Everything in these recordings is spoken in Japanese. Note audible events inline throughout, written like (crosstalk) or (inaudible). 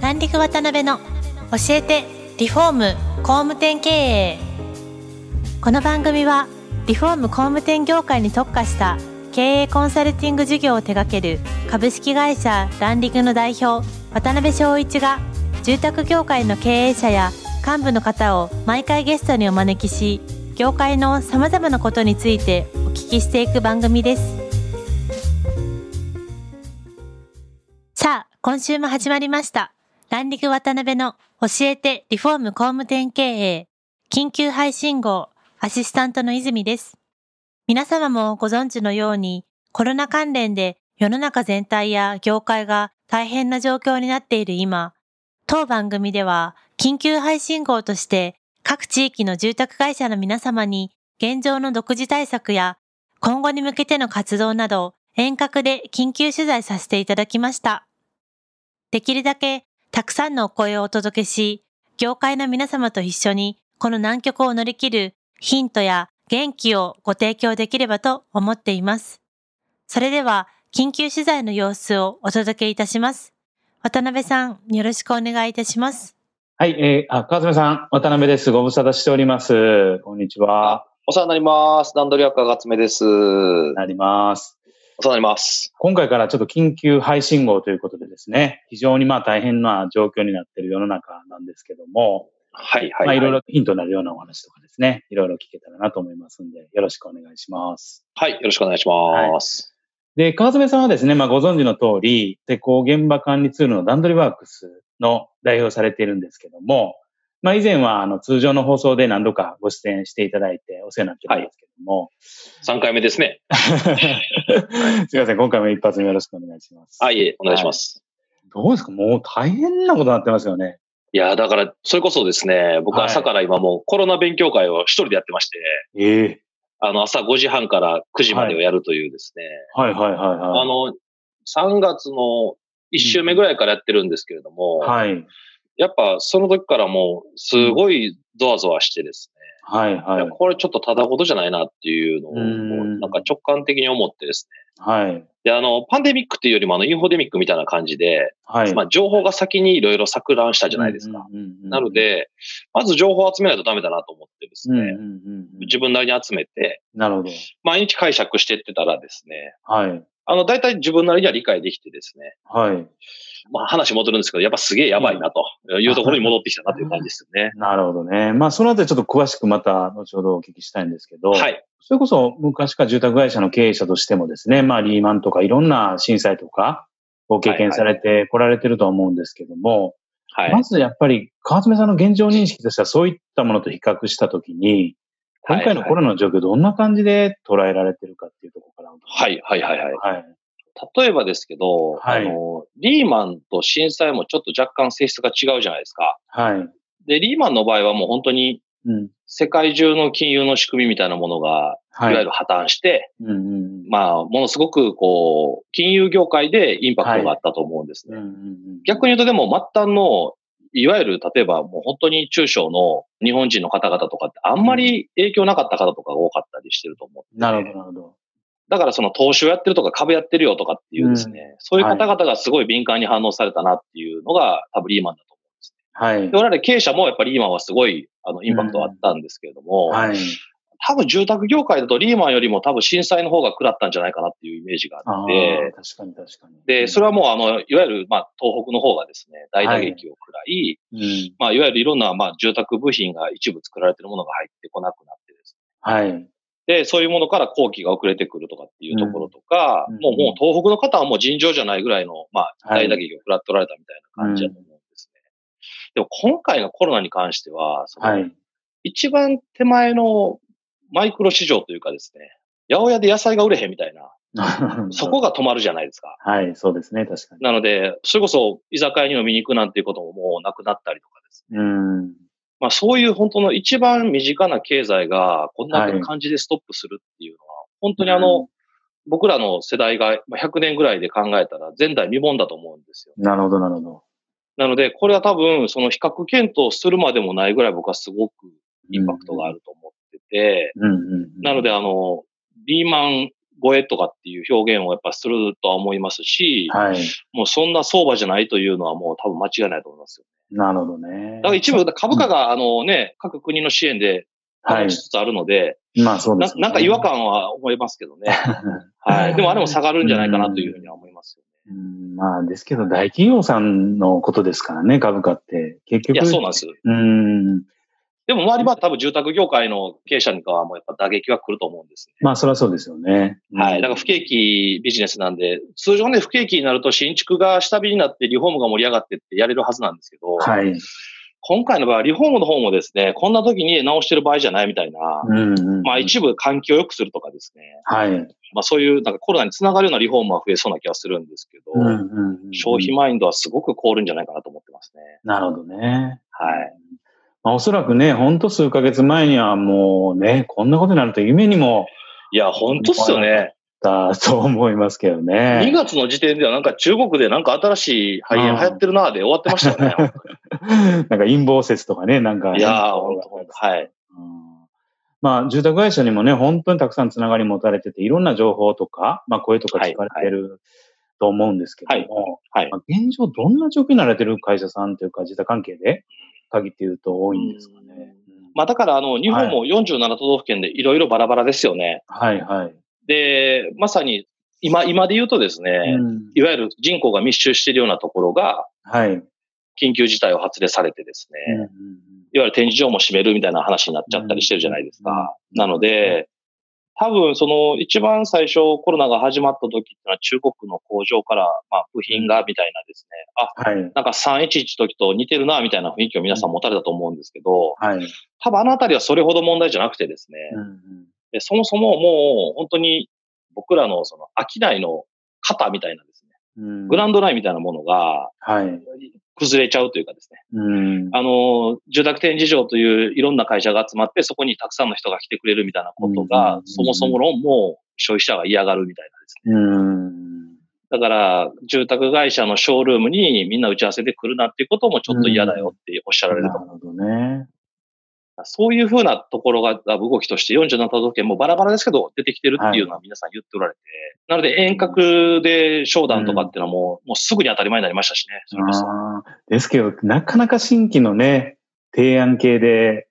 三陸渡辺の教えてリフォーム工務店経営この番組はリフォーム工務店業界に特化した経営コンサルティング事業を手掛ける株式会社ランリグの代表渡辺翔一が住宅業界の経営者や幹部の方を毎回ゲストにお招きし業界のさまざまなことについてお聞きしていく番組ですさあ今週も始まりましたランリグ渡辺の教えてリフォーム工務店経営緊急配信号アシスタントの泉です皆様もご存知のようにコロナ関連で世の中全体や業界が大変な状況になっている今当番組では緊急配信号として各地域の住宅会社の皆様に現状の独自対策や今後に向けての活動など遠隔で緊急取材させていただきました。できるだけたくさんのお声をお届けし、業界の皆様と一緒にこの難局を乗り切るヒントや元気をご提供できればと思っています。それでは緊急取材の様子をお届けいたします。渡辺さん、よろしくお願いいたします。はい、えー、あ、川爪さん、渡辺です。ご無沙汰しております。こんにちは。お世話になります。段取り役がつめです。お世話になります。なります。今回からちょっと緊急配信号ということでですね、非常にまあ大変な状況になっている世の中なんですけども、はい、はい。まあいろいろヒントになるようなお話とかですね、いろいろ聞けたらなと思いますんで、よろしくお願いします。はい、よろしくお願いします。で、川爪さんはですね、まあ、ご存知の通り、施工現場管理ツールの段取りワークスの代表をされているんですけども、まあ、以前はあの通常の放送で何度かご出演していただいてお世話になってるんですけども、 3回目ですね。 (laughs) すいません、今回も一発目よろしくお願いします。はい、えお願いします。どうですかもう大変なことになってますよね。い、や、だから、それこそですね、僕はい朝から今もうコロナ勉強会を一人でやってまして、ええあの、朝5時半から9時までをやるというですね、はいはいはいはい。あの、3月の1週目ぐらいからやってるんですけれども、はい。やっぱその時からもう、すごいゾワゾワしてですね、はいはいいや。これちょっとただごとじゃないなっていうのを、こううんなんか直感的に思ってですねはい。で、あの、パンデミックっていうよりも、あの、インフォデミックみたいな感じで、はい。まあ、情報が先にいろいろ錯乱したじゃないですか。うんうんうん。なので、まず情報を集めないとダメだなと思ってですうんうんね、うんうん、自分なりに集めて、なるほど。毎日解釈してってたらですね、はい。あの、大体自分なりには理解できてですね、はい。まあ、話戻るんですけど、やっぱすげえやばいなというところに戻ってきたなという感じですよね。なるほどね。まあ、そのあたりちょっと詳しくまた後ほどお聞きしたいんですけど、は。い。 (laughs) それこそ昔から住宅会社の経営者としてもですね、まあ、リーマンとかいろんな震災とか、ご経験されて来られてるとは思うんですけども、はいま。ずやっぱり川爪さんの現状認識としてはそういったものと比較したときに、今回のコロナの状況どんな感じで捉えられてるかっていうところから。はい、はい、はい、はい。はい。例えばですけど、はいあの、リーマンと震災もちょっと若干性質が違うじゃないですか。はい。で、リーマンの場合はもう本当にうん。世界中の金融の仕組みみたいなものが、いはい。わゆる破綻して、うんうんまあ、ものすごく、こう、金融業界でインパクトがあったと思うんですうん。うね。んうんうん。逆に言うと、でも、末端の、いわゆる、例えば、もう本当に中小の日本人の方々とかって、あんまり影響なかった方とかが多かったりしてると思う。なるほど、なるほど。だから、その投資をやってるとか株やってるよとかっていうですね、そういう方々がすごい敏感に反応されたなっていうのが、多分リーマンだと思うんです。はいで、。我々経営者もやっぱりリーマンはすごい、あの、インパクトがあったんですけれども、はい。多分住宅業界だとリーマンよりも多分震災の方が食らったんじゃないかなっていうイメージがああっあて、、確かに確かに。で、それはもうあの、いわゆる、まあ、東北の方がですね、大打撃を食らい、うん、うん。まあ、いわゆるいろんな、まあ、住宅部品が一部作られてるものが入ってこなくなってですはい。ね。で、そういうものから工期が遅れてくるとかっていうところとか、うんもううんもう東北の方はもう尋常じゃないぐらいの、まあ、はい大打撃を食らっておられたみたいな感じだと思うんですね。でも今回のコロナに関しては、そのはい。一番手前のマイクロ市場というかですね、八百屋で野菜が売れへんみたいな、 (laughs) そこが止まるじゃないですか。はい、そうですね、確かに。なので、それこそ居酒屋に飲みに行くなんていうことももうなくなったりとかですね。うん。まあそういう本当の一番身近な経済がこんなはい感じでストップするっていうのは、本当にあの、うん僕らの世代がまあ100年ぐらいで考えたら前代未聞だと思うんですよ。なるほど、なるほど。なので、これは多分その比較検討するまでもないぐらい僕はすごくインパクトがある。ると思ってて、うんうんうん。なので、あの、リーマン超えとかっていう表現をやっぱするとは思いますし、はい。もうそんな相場じゃないというのはもう多分間違いないと思いますよ。なるほどね。だから一部、株価があのね、各国の支援では保ちつつあるので、い。まあそうでなす、なんか違和感は思いますけどね。はい。でもあれも下がるんじゃないかなというふうには思います。 (laughs) うんまあですけど、大企業さんのことですからね、株価って。結局。いや、そうなんです。うん。でも周りは多分住宅業界の経営者にかはもうやっぱ打撃が来ると思うんですね。まあそりゃそうですよね。はい。だから不景気ビジネスなんで、通常ね、不景気になると新築が下火になってリフォームが盛り上がってってやれるはずなんですけど、はい。今回の場合はリフォームの方もですね、こんな時に直してる場合じゃないみたいな、うんうん。まあ一部環境を良くするとかですね、はい。まあそういうなんかコロナにつながるようなリフォームは増えそうな気がするんですけど、うんうんうん消費マインドはすごく凍るんじゃないかなと思ってますね。なるほどね。はい。まあおそらくね、ほんと数ヶ月前にはもうね、こんなことになると夢にもいや、本当っすよね。だと思いますけど2ね。月の時点ではなんか中国でなんか新しい肺炎流行ってるなぁで終わってましたよね。なんか陰謀説とかね、なんか。 (laughs) いやー、本当本当はい。うんまあ、住宅会社にもね、本当にたくさんつながり持たれてて、いろんな情報とか、まあ、声とか聞かれてる、と思うんですけども、はいはいまあ現状どんな状況になられてる会社さんというか、自他関係で、限って言うと多いんですかね。まあだからあの、日本も47都道府県でいろいろバラバラですよね。はいはい。で、まさに今、今で言うとですね、うんいわゆる人口が密集しているようなところが、はい。うん緊急事態を発令されてですね、うんいわゆる展示場も閉めるみたいな話になっちゃったりしてるじゃないですか。なので、多分その一番最初コロナが始まった時っていうのは中国の工場から、まあ、部品がみたいなですね、あ、はい。なんか311時と似てるな、みたいな雰囲気を皆さん持たれたと思うんですけど、はい。多分あのあたりはそれほど問題じゃなくてですね、うんうんでそもそももう本当に僕らのその商いの型みたいなですね、うんグランドラインみたいなものがはい。崩れちゃうというかですね、うんあの、住宅展示場といういろんな会社が集まって、そこにたくさんの人が来てくれるみたいなことうがん、そもそも論もう消費者が嫌がるみたいなですね。うんだから、住宅会社のショールームにみんな打ち合わせで来るなっていうこともちょっと嫌だよっておっしゃられるなとるほどね。そういうふうなところがあ動きとして47都道府県もバラバラですけど出てきてるっていうのは皆さん言っておられて、なので遠隔で商談とかっていうのはもう,、もうすぐに当たり前になりましたしね。それこそああですけど、なかなか新規のね、提案系で、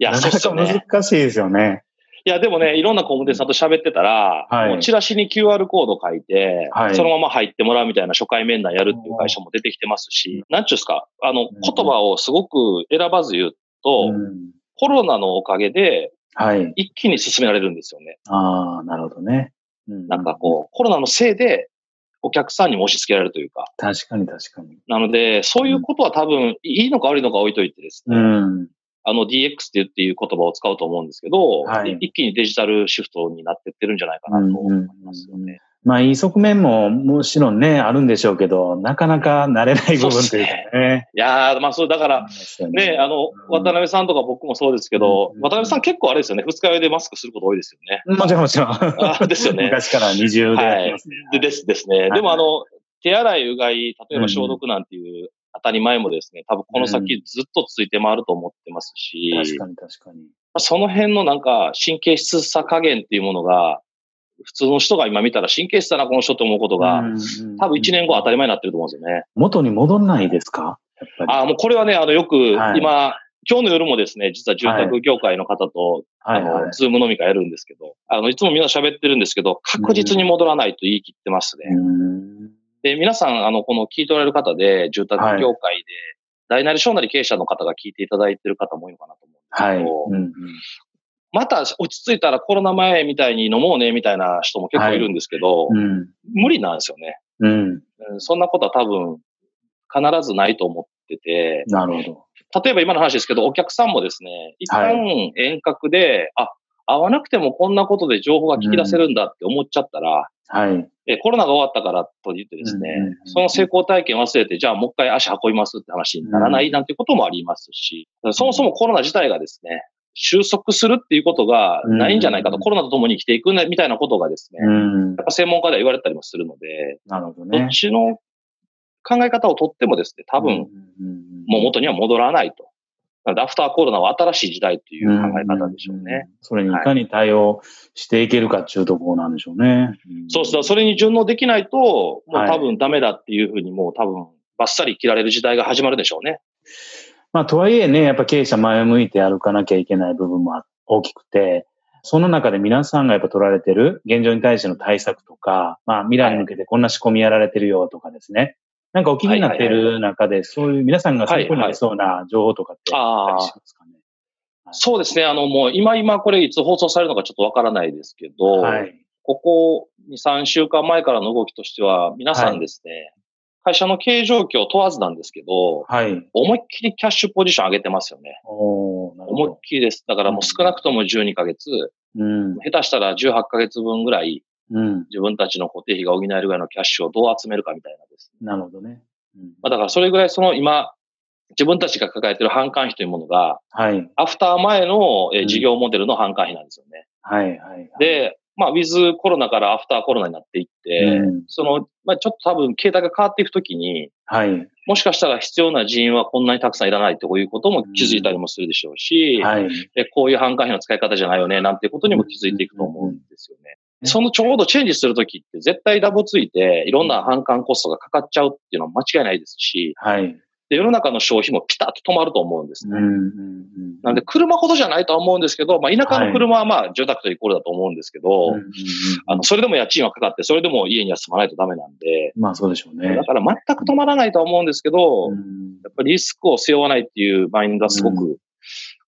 いや、なそかうなですかよね。難しいですよね。いや、でもね、いろんな工務店さんと喋ってたら、はいもうチラシに QR コード書いて、はいそのまま入ってもらうみたいな初回面談やるっていう会社も出てきてますし、なんちゅうんですか、あの、ん言葉をすごく選ばず言うと、うんコロナのおかげではい。一気に進められるんですよね。ああ、なるほどね。ななんかこう、コロナのせいで、お客さんにも押し付けられるというか。確かに確かに。なので、そういうことは多分、いいのか悪いのか置いといてですね、うん。あの DX っていう言葉を使うと思うんですけど、はい一気にデジタルシフトになってってるんじゃないかなと思いますうよね。んうんうんまあ、いい側面ももちろんね、あるんでしょうけど、なかなか慣れない部分というかね。いやー、まあそう、だかそら、うですよね、あの、渡辺さんとか僕もそうですけど、うん渡辺さん結構あれですよね、二日酔いでマスクすること多いですよね。もちろんもちろあん。ですよね昔から二重でやってますね。でですですね。でもあの、手洗い、うがい、例えうんば消毒なんていう当たり前もですね、多分この先ずっとついて回ると思ってますし、確かに確かに。まあその辺のなんか神経質さ加減っていうものが、普通の人が今見たら神経質だな、この人って思うことが、多分一年後当たり。り前になってると思うんですよね。元に戻んないですかやっぱり。ああ、もうこれはね、あの、よくはい今、今日の夜もですね、実は住宅業界の方とはいあはの、ズーム飲み会やるんですけど、あの、いつもみんな喋ってるんですけど、確実に戻らないと言い切ってますい。ね。うんで、皆さん、あの、この聞いておられる方で、住宅業界で、大なり小なり経営者の方が聞いていただいてる方も多いのかなとは思うんですいけど、。うんまた落ち着いたらコロナ前みたいに飲もうね、みたいな人も結構いるんですけど、うん。無理なんですよね。うん。うんうんそんなことは多分、必ずないと思ってて、なるほど。例えば今の話ですけど、お客さんもですね、一旦遠隔で、あ、会わなくてもこんなことで情報が聞き出せるんだって思っちゃったら、はい。えコロナが終わったからと言ってですね、うんうんうんその成功体験忘れて、じゃあもう一回足運びますって話にならないなんてこともありますし、そもそもコロナ自体がですね、収束するっていうことがないんじゃないかと、うんコロナと共に生きていくねみたいなことがですね、うやっん。ぱ専門家では言われたりもするので、なるほどどねっ。ちの考え方をとってもですね、多分、うんうんうん、もう元には戻らないと。なので、アフターコロナは新しい時代っていう考え方でしょうね。それにいかに対応していけるかっていうところなんでしょうね。んそうですね。それに順応できないと、もう多分ダメだっていうふうにもう多分バッサリ切られる時代が始まるでしょうね。まあ、とはいえね、やっぱ経営者前向いて歩かなきゃいけない部分もあ大きくて、その中で皆さんがやっぱ取られてる現状に対しての対策とか、まあ未来に向けてこんな仕込みやられてるよとかですね。なんかお気になってる中で、そういう皆さんが参考になりそうな情報とかってあったりしますかね。そうですね。あの、もう今今これいつ放送されるのかちょっとわからないですけど、はい。ここ2、3週間前からの動きとしては、皆さんですね、会社の経営状況問わずなんですけど、はい。思いっきりキャッシュポジション上げてますよね。おーなるほ思いっど。きりです。だからもう少なくとも12ヶ月、うん。下手したら18ヶ月分ぐらい、うん。自分たちの固定費が補えるぐらいのキャッシュをどう集めるかみたいなです。なるほどね。うんまあ、だからそれぐらいその今、自分たちが抱えてる販管費というものが、はい。アフター前のえうーん事業モデルの販管費なんですよね。はい。はいはい。で、まあ、ウィズコロナからアフターコロナになっていって、うんその、まあ、ちょっと多分、形態が変わっていくときに、はい。もしかしたら必要な人員はこんなにたくさんいらないということも気づいたりもするでしょうし、はい。でこういう販管費の使い方じゃないよね、なんてことにも気づいていくと思うんですよね。うんそのちょうどチェンジするときって絶対ダボついて、いろんな販管コストがかかっちゃうっていうのは間違いないですし、はい。で世の中の消費もピタッと止まると思うんですうん。ね。うん。なんで、車ほどじゃないとは思うんですけど、まあ、田舎の車はまあ、住宅とイコールだと思うんですけど、うんうんうんあの、それでも家賃はかかって、それでも家には住まないとダメなんで、まあそうでしょうねだ。から全く止まらないとは思うんですけど、うんやっぱりリスクを背負わないっていうマインドがすごく、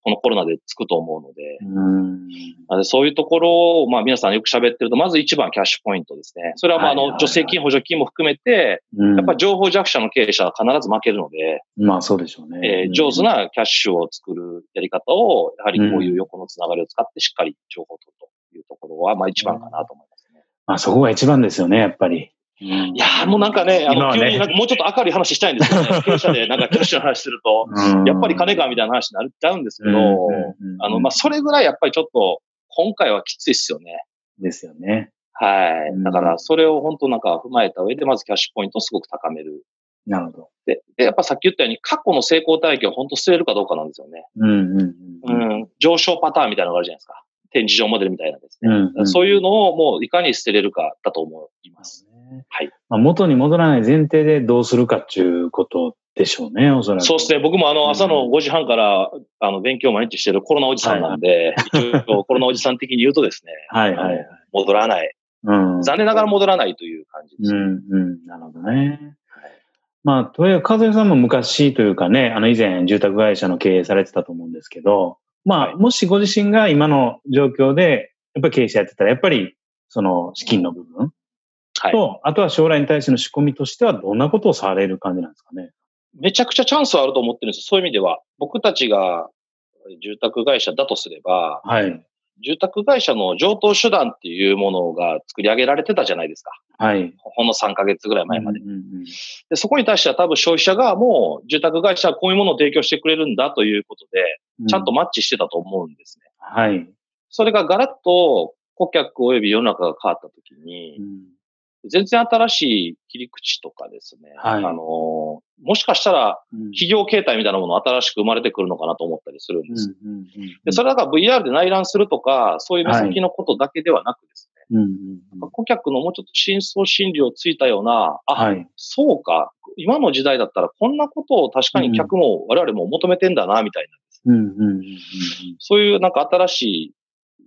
このコロナでつくと思うので、うんなのでそういうところを、まあ皆さんよく喋ってると、まず一番キャッシュポイントですね。それはまああはいはいの、はい助成金、補助金も含めて、うんやっぱり情報弱者の経営者は必ず負けるので、まあそうでしょうね。えー上手なキャッシュを作るやり方を、やはりこういう横のつながりを使ってしっかり情報を取るというところは、まあ一番かなと思いますね。まあそこが一番ですよね、やっぱり。いやーもうなんかね、あ今の、は急ねになんかもうちょっと明るい話したいんです (laughs) けどね、経営者でなんかキャッシュの話すると、うんやっぱり金かみたいな話になっちゃうんですけど、うんうんあの、まあ、それぐらいやっぱりちょっと、今回はきついっすよね。ですよね。はうい。んだから、それを本当なんか踏まえた上で、まずキャッシュポイントをすごく高める。なるほど。で、でやっぱさっき言ったように、過去の成功体験を本当捨てれるかどうかなんですよね。うんうんううんん。上昇パターンみたいなのがあるじゃないですか。展示上モデルみたいなですね。うんうんそういうのをもういかに捨てれるかだと思います。はい。まあ元に戻らない前提でどうするかっていうことでしょうね、おそらく。そうですね。僕もあうんの、朝の5時半から、あの、勉強を毎日してるコロナおじさんなんで、一応コロナおじさん的に言う (laughs) とですね、はいはいあはのい。戻らない。うん。残念ながら戻らないという感じでうすね。んうん。なるほどね。まあ、とはいえ、和代さんも昔というかね、あの、以前住宅会社の経営されてたと思うんですけど、まはあ、いもしご自身が今の状況で、やっぱり経営者やってたら、やっぱり、その資金の部分はい。と、あとは将来に対しての仕込みとしては、どんなことをされる感じなんですかね。めちゃくちゃチャンスはあると思ってるんですよそういう意味では。僕たちが住宅会社だとすれば、はい。住宅会社の上等手段っていうものが作り上げられてたじゃないですか。はい。ほんの3ヶ月ぐらい前まで。うんうんうんでそこに対しては多分消費者がもう住宅会社はこういうものを提供してくれるんだということで、ちゃんとマッチしてたと思うんですね。はい。それがガラッと顧客及び世の中が変わった時にう、ん全然新しい切り口とかですね。はいあの、もしかしたら企業形態みたいなもの新しく生まれてくるのかなと思ったりするんです。うんうんうんでそれだから VR で内覧するとか、そういう目先のことだけではなくですね、うんうんうん顧客のもうちょっと真相心理をついたような、あ、はい。そうか、今の時代だったらこんなことを確かに客も我々も求めてんだな、みたいな、うんうんうんうんうんそういうなんか新しい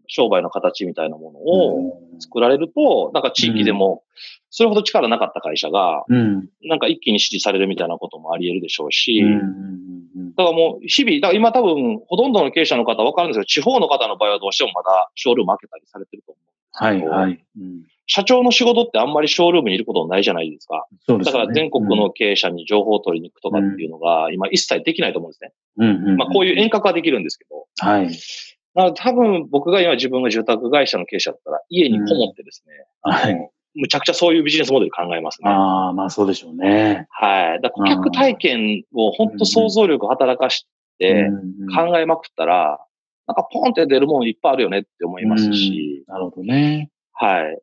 商売の形みたいなものを作られると、なんか地域でも、それほど力なかった会社が、うんなんか一気に支持されるみたいなこともあり得るでしょうし、うんうんうんうんだからもう日々、だから今多分、ほとんどの経営者の方わかるんですけど、地方の方の場合はどうしてもまだショールーム開けたりされてると思う。はいはい。うん社長の仕事ってあんまりショールームにいることないじゃないですか。そうですだよかねら全国の経営者に情報を取りに行くとかっていうのが今一切できないと思うんですね。うんうんうんまあこういう遠隔はできるんですけど。はい。なので多分僕が今自分が住宅会社の経営者だったら家にこもってですね、はい。むちゃくちゃそういうビジネスモデル考えますね。ああ、まあそうでしょうね。はい。だから顧客体験を本当想像力働かして、うんうん考えまくったら、なんかポンって出るもんいっぱいあるよねって思いますし、なるほどね。はい。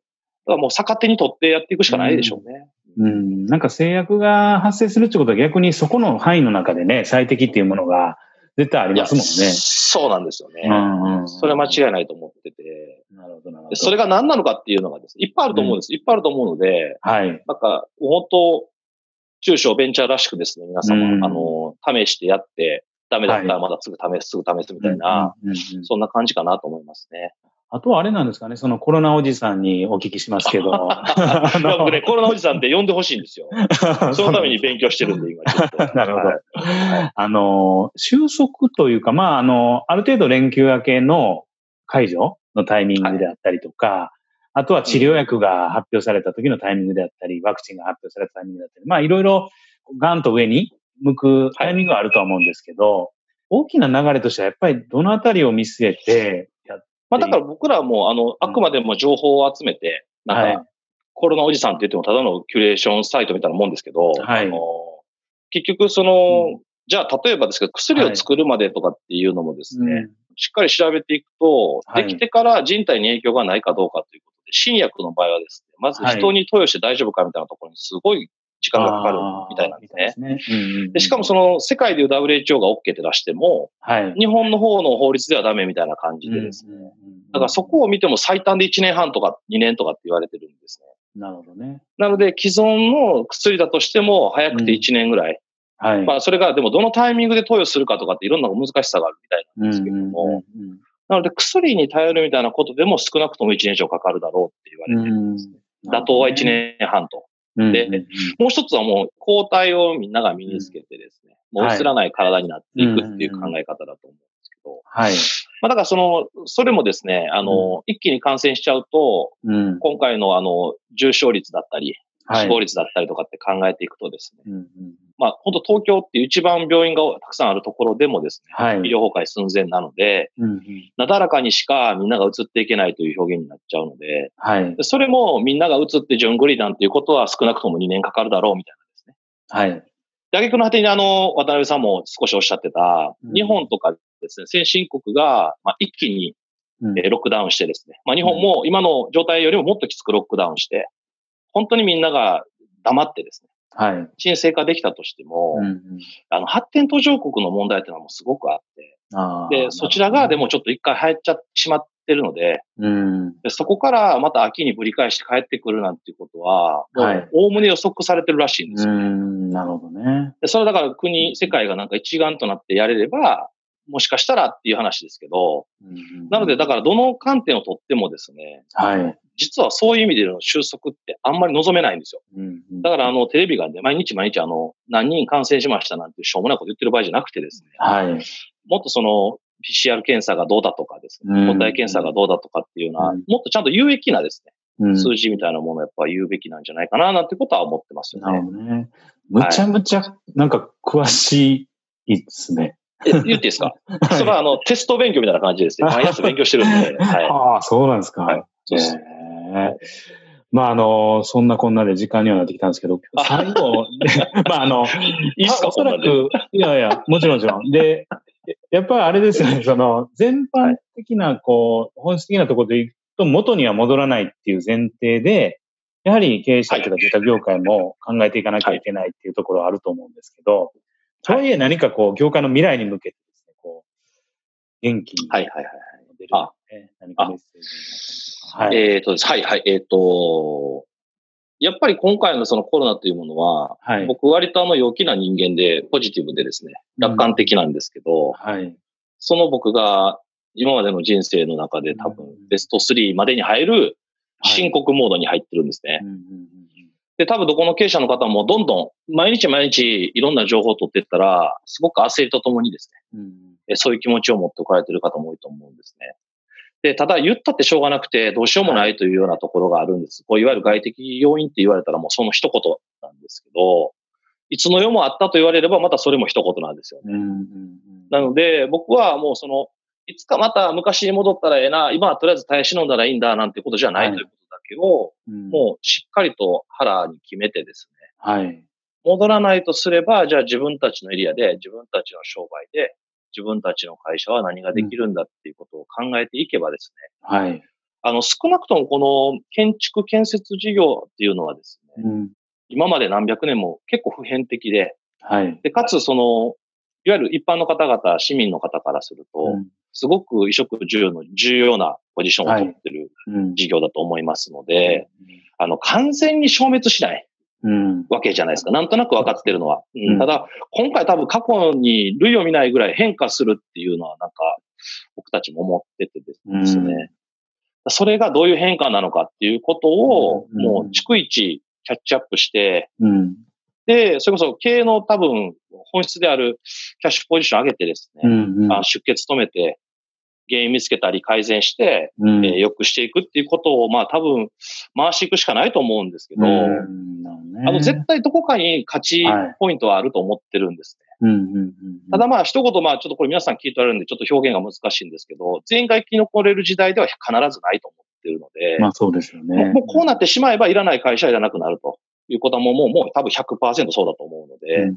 だからもう逆手に取ってやっていくしかないでしょうね。うん、なんか制約が発生するってことは逆にそこの範囲の中でね、最適っていうものが絶対ありいまやすもんね。そうなんですよね。うんうんそれは間違いないと思ってて。なるほど、なるほでど。それが何なのかっていうのがですね、いっぱいあると思うんです。いっぱいあると思うので、はい。なんか、本当、中小ベンチャーらしくですね、皆様、うんあの、試してやって、ダメだったはらいまだすぐ試す、すぐ試すみたいな、うんうんうんうんそんな感じかなと思いますね。あとはあれなんですかね、そのコロナおじさんにお聞きしますけど。 (laughs) (laughs) あいや僕ね、コロナおじさんって呼んでほしい (laughs) んですよ。そのために勉強してるんで、今ちょっと。なるほどはい。あの、収束というか、まあ、あの、ある程度連休明けの解除のタイミングであったりとか、あとは治療薬が発表された時のタイミングであったり、ワクチンが発表されたタイミングだったり、まあ、いろいろ、ガンと上に向くタイミングはあるとは思うんですけど、大きな流れとしては、やっぱりどのあたりを見据えてやって、まあだから僕らも、あの、あくまでも情報を集めて、はないんか、コロナおじさんって言ってもただのキュレーションサイトみたいなもんですけど、はいあの結局その、じゃあ例えばですけど、薬を作るまでとかっていうのもですね、うんしっかり調べていくと、はいできてから人体に影響がないかどうかということで、新薬の場合はですね、まず人に投与して大丈夫かみたいなところにすごい時間がかかるみたいなんですね。ね。うんうんでしかもその世界でいう WHO が OK って出しても、はい。日本の方の法律ではダメみたいな感じでですね。うんうんうんだからそこを見ても最短で1年半とか2年とかって言われてるんですね。なるほどね。なので既存の薬だとしても早くて1年ぐらい。はい。まあそれがでもどのタイミングで投与するかとかっていろんな難しさがあるみたいなんですけども、うんなので薬に頼るみたいなことでも少なくとも1年以上かかるだろうって言われてるんですね。妥当は1年半と。年でもう一つはもう抗体をみんなが身につけてですね、もう移らない体になっていくっていう考え方だと思うんですけど、はい。まあだからその、それもですね、あの、一気に感染しちゃうと、うん。今回のあの、重症率だったり、は死い亡率だったりとかって考えていくとですね、うんうんまあ本当東京っていう一番病院がたくさんあるところでもですね、はい。医療崩壊寸前なので、うんうんなだらかにしかみんなが移っていけないという表現になっちゃうので、はいで。それもみんなが移って順繰りなんていうことは少なくとも2年かかるだろうみたいなですね。はい。打撃の果てにあの、渡辺さんも少しおっしゃってたう、ん日本とかですね、先進国が、まあ、一気にうんえーロックダウンしてですね、まあ、日本も今の状態よりももっときつくロックダウンして、本当にみんなが黙ってですね、はい。沈静化できたとしても、うんうんあの発展途上国の問題っていうのはもうすごくあって、あーで、そちらがで、もちょっと一回流行っちゃってしまってるので、うん。でそこからまた秋にぶり返して帰ってくるなんていうことは、はいおおむね予測されてるらしいんですうよ。ん。なるほどね。でそれはだから国、世界がなんか一丸となってやれれば、もしかしたらっていう話ですけど、うんうんなので、だからどの観点をとってもですね、はい。実はそういう意味での収束ってあんまり望めないんですよ。うんうんだからあのテレビがね、毎日毎日あの、何人感染しましたなんていうしょうもないこと言ってる場合じゃなくてですね、はい。もっとその PCR 検査がどうだとかですうんね、抗体検査がどうだとかっていうような、うんもっとちゃんと有益なですうね、ん数字みたいなものをやっぱ言うべきなんじゃないかななんてことは思ってますよなるねほ。どね。むちゃむちゃ、なんか詳しいですね。え言っていい (laughs) ですかそれはあの、テスト勉強みたいな感じですね。毎朝勉強してるん (laughs) で、はい。ああ、そうなんですか。はいそうですええまあ、あの、そんなこんなで時間にはなってきたんですけど、最後、 (laughs) まあ、あの、 (laughs) いいっすかおそらこんなく、んいやいや、もちろんもちろん。で、やっぱりあれですよね、その、全般的な、こう、本質的なところでいくと、元には戻らないっていう前提で、やはり経営者とか住宅業界も考えていかなきゃいけないっていうところはあると思うんですけど、とはいえ何かこう、業界の未来に向けてですね、こう、元気にはいはいはい。出るようなね何かメッセージになったりとかはい。えっ、とです。はいはい。えっ、と、やっぱり今回のそのコロナというものは、はい。僕割とあの陽気な人間でポジティブでですね、楽観的なんですけど、はい。その僕が今までの人生の中で多う分んベスト3までに入る深刻モードに入ってるんですね。うんうんで、多分どこの経営者の方もどんどん毎日毎日いろんな情報を取っていったら、すごく焦りとともにですね、うんうんうんえそういう気持ちを持っておかれている方も多いと思うんですね。で、ただ言ったってしょうがなくて、どうしようもないというようなところがあるんです。こういわゆる外的要因って言われたらもうその一言なんですけど、いつの世もあったと言われればまたそれも一言なんですよね。うんうんうんなので、僕はもうその、いつかまた昔に戻ったらええな、今はとりあえず耐え忍んだらいいんだなんてことじゃないはいということだけを、うんもうしっかりと腹に決めてですね、はい。戻らないとすれば、じゃあ自分たちのエリアで、自分たちの商売で、自分たちの会社は何ができるんだっていうことを考えていけばですね、はい。あの、少なくともこの建築建設事業っていうのはですね、うん今まで何百年も結構普遍的で、はい。で、かつその、いわゆる一般の方々、市民の方からすると、うんすごく衣食住の重要なポジションを取ってるうん事業だと思いますので、あの、完全に消滅しないうん。わけじゃないですか。なんとなく分かってるのは。うんうんただ、今回多分過去に類を見ないぐらい変化するっていうのは、なんか、僕たちも思っててですね。うんそれがどういう変化なのかっていうことを、うんもう逐一キャッチアップして、うん。で、それこそ経営の多分本質であるキャッシュポジション上げてですうね、ん。うんあ出血止めて、原因見つけたり改善して、うんえー良くしていくっていうことを、まあ多分回していくしかないと思うんですけど、うんなるほどねあの、絶対どこかに勝ちポイントはあると思ってるんですね。うんうんうんうんただまあ、一言まあ、ちょっとこれ皆さん聞いておられるんで、ちょっと表現が難しいんですけど、全員が生き残れる時代では必ずないと思ってるので、まあそうですよもねう。もうこうなってしまえば、いらない会社はいらなくなるということはもう、もう、もう多分100%そうだと思うので、うん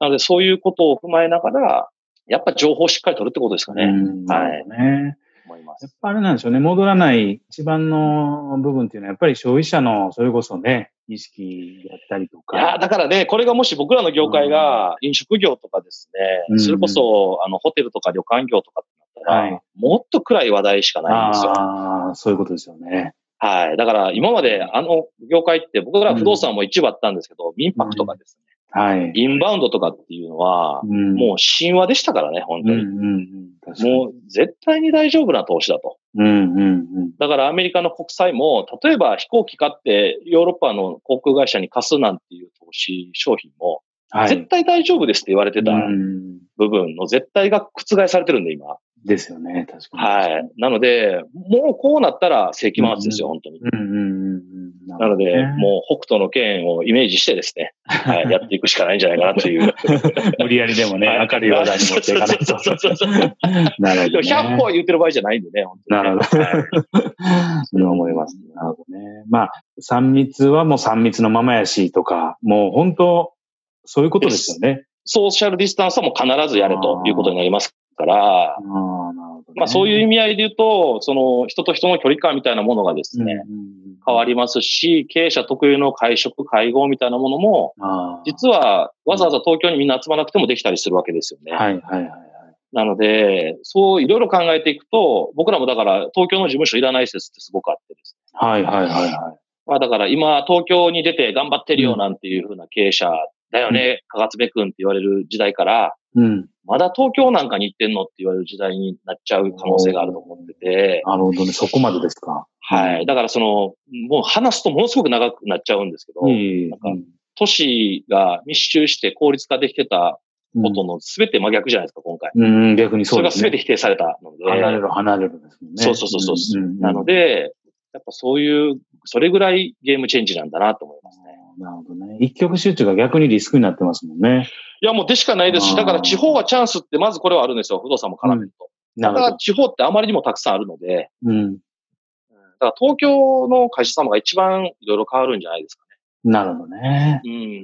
なのでそういうことを踏まえながら、やっぱ情報をしっかり取るってことですかうんうんね、うんなるほどね。思いまやっす。ぱあれなんでしょうね、戻らない一番の部分っていうのは、やっぱり消費者の、それこそね、意識だったりといやか。ーだからね、これがもし僕らの業界が飲食業とかですうね、んそれこそ、あの、ホテルとか旅館業とかってなったはら、もっと暗い話題しかないんですよ。ああ、そういうことですよね。はい。だから、今まで、あの、業界って、僕ら不動産も一部あったんですけど、民泊とかですね、はい。インバウンドとかっていうのは、ももう神話でしたからね、本うん、当うんに。、うん。確かにもう、絶対に大丈夫な投資だと。うん、うん、うん。だから、アメリカの国債も、例えば飛行機買って、ヨーロッパの航空会社に貸すなんていう投資商品も、はい。絶対大丈夫ですって言われてたうん部分の絶対が覆されてるんで、今。ですよね、確かに。はい。なので、もうこうなったら世紀末ですよ、本当に。うん、うん、うんうん。ななので、う。もう北斗の剣をイメージしてですね、 (laughs) はい、やっていくしかないんじゃないかなという。無理やりでもね、はい明るい話題に持っていかないとそうそうそうそう。なるほどでもね。 100歩は言ってる場合じゃないんでね、本当にね、なるほどはいそう思います。なるほどね。まあ、3密はもう3密のままやしとか、もう本当、そういうことですよね。ソーシャルディスタンスはもう必ずやれということになりますからあ、あ、なるほどね、まあそういう意味合いで言うと、その人と人の距離感みたいなものがですね、うんうんうん変わりますし、経営者特有の会食、会合みたいなものも、ああ実はわざわざ東京にみんな集まらなくてもできたりするわけですよね。はいはいはいはい。なので、そういろいろ考えていくと、僕らもだから東京の事務所いらない説ってすごくあってですね。はいはいはいはまあだから今東京に出て頑張ってるよなんていう風な経営者だよね、かがつべくんって言われる時代から、い。うん。まだ東京なんかに行ってんのって言われる時代になっちゃう可能性があると思ってて、なるほどね。そこまでですか。はい。だからその、もう話すとものすごく長くなっちゃうんですけど、いなんか都市が密集して効率化できてたことの全て真逆じゃないですか、今回。うん、うん逆にそそうでれがすね。全て否定されたので。離れる離れるですもんね。そうそうそうそう。んんんなので、やっぱそういう、それぐらいゲームチェンジなんだなと思いますね。なるほどね。一極集中が逆にリスクになってますもんね。いや、もうでしかないですあし、ーだから地方はチャンスって、まずこれはあるんですよ。不動産も絡めると。なたるほだど。地方ってあまりにもたくさんあるので、うん。だから東京の会社様が一番いろいろ変わるんじゃないですかなるほどね。ね。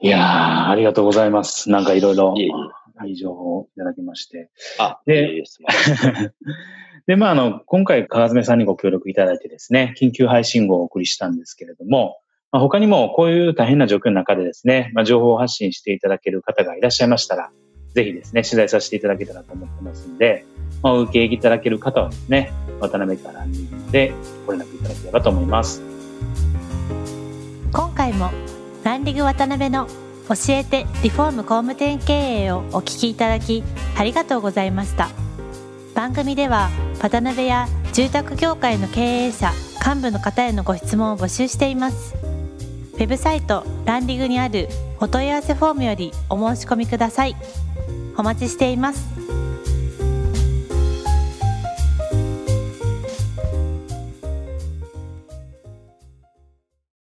いやー、ありがとうございます。なんかいろいろうん。いえいえ。いい情報をいただきまして。あ、いでえいえ、すみません。で、まあ、あの、今回、川爪さんにご協力いただいてですね、緊急配信号をお送りしたんですけれども、まあ、他にもこういう大変な状況の中でですね、まあ、情報を発信していただける方がいらっしゃいましたら、ぜひですね、取材させていただけたらと思ってますんで、まあ、お受けいただける方はですね、渡辺からにでご連絡いただければと思います。今回もランディング渡辺の教えてリフォーム工務店経営をお聞きいただきありがとうございました番組では渡辺や住宅業界の経営者幹部の方へのご質問を募集していますウェブサイトランディングにあるお問い合わせフォームよりお申し込みくださいお待ちしています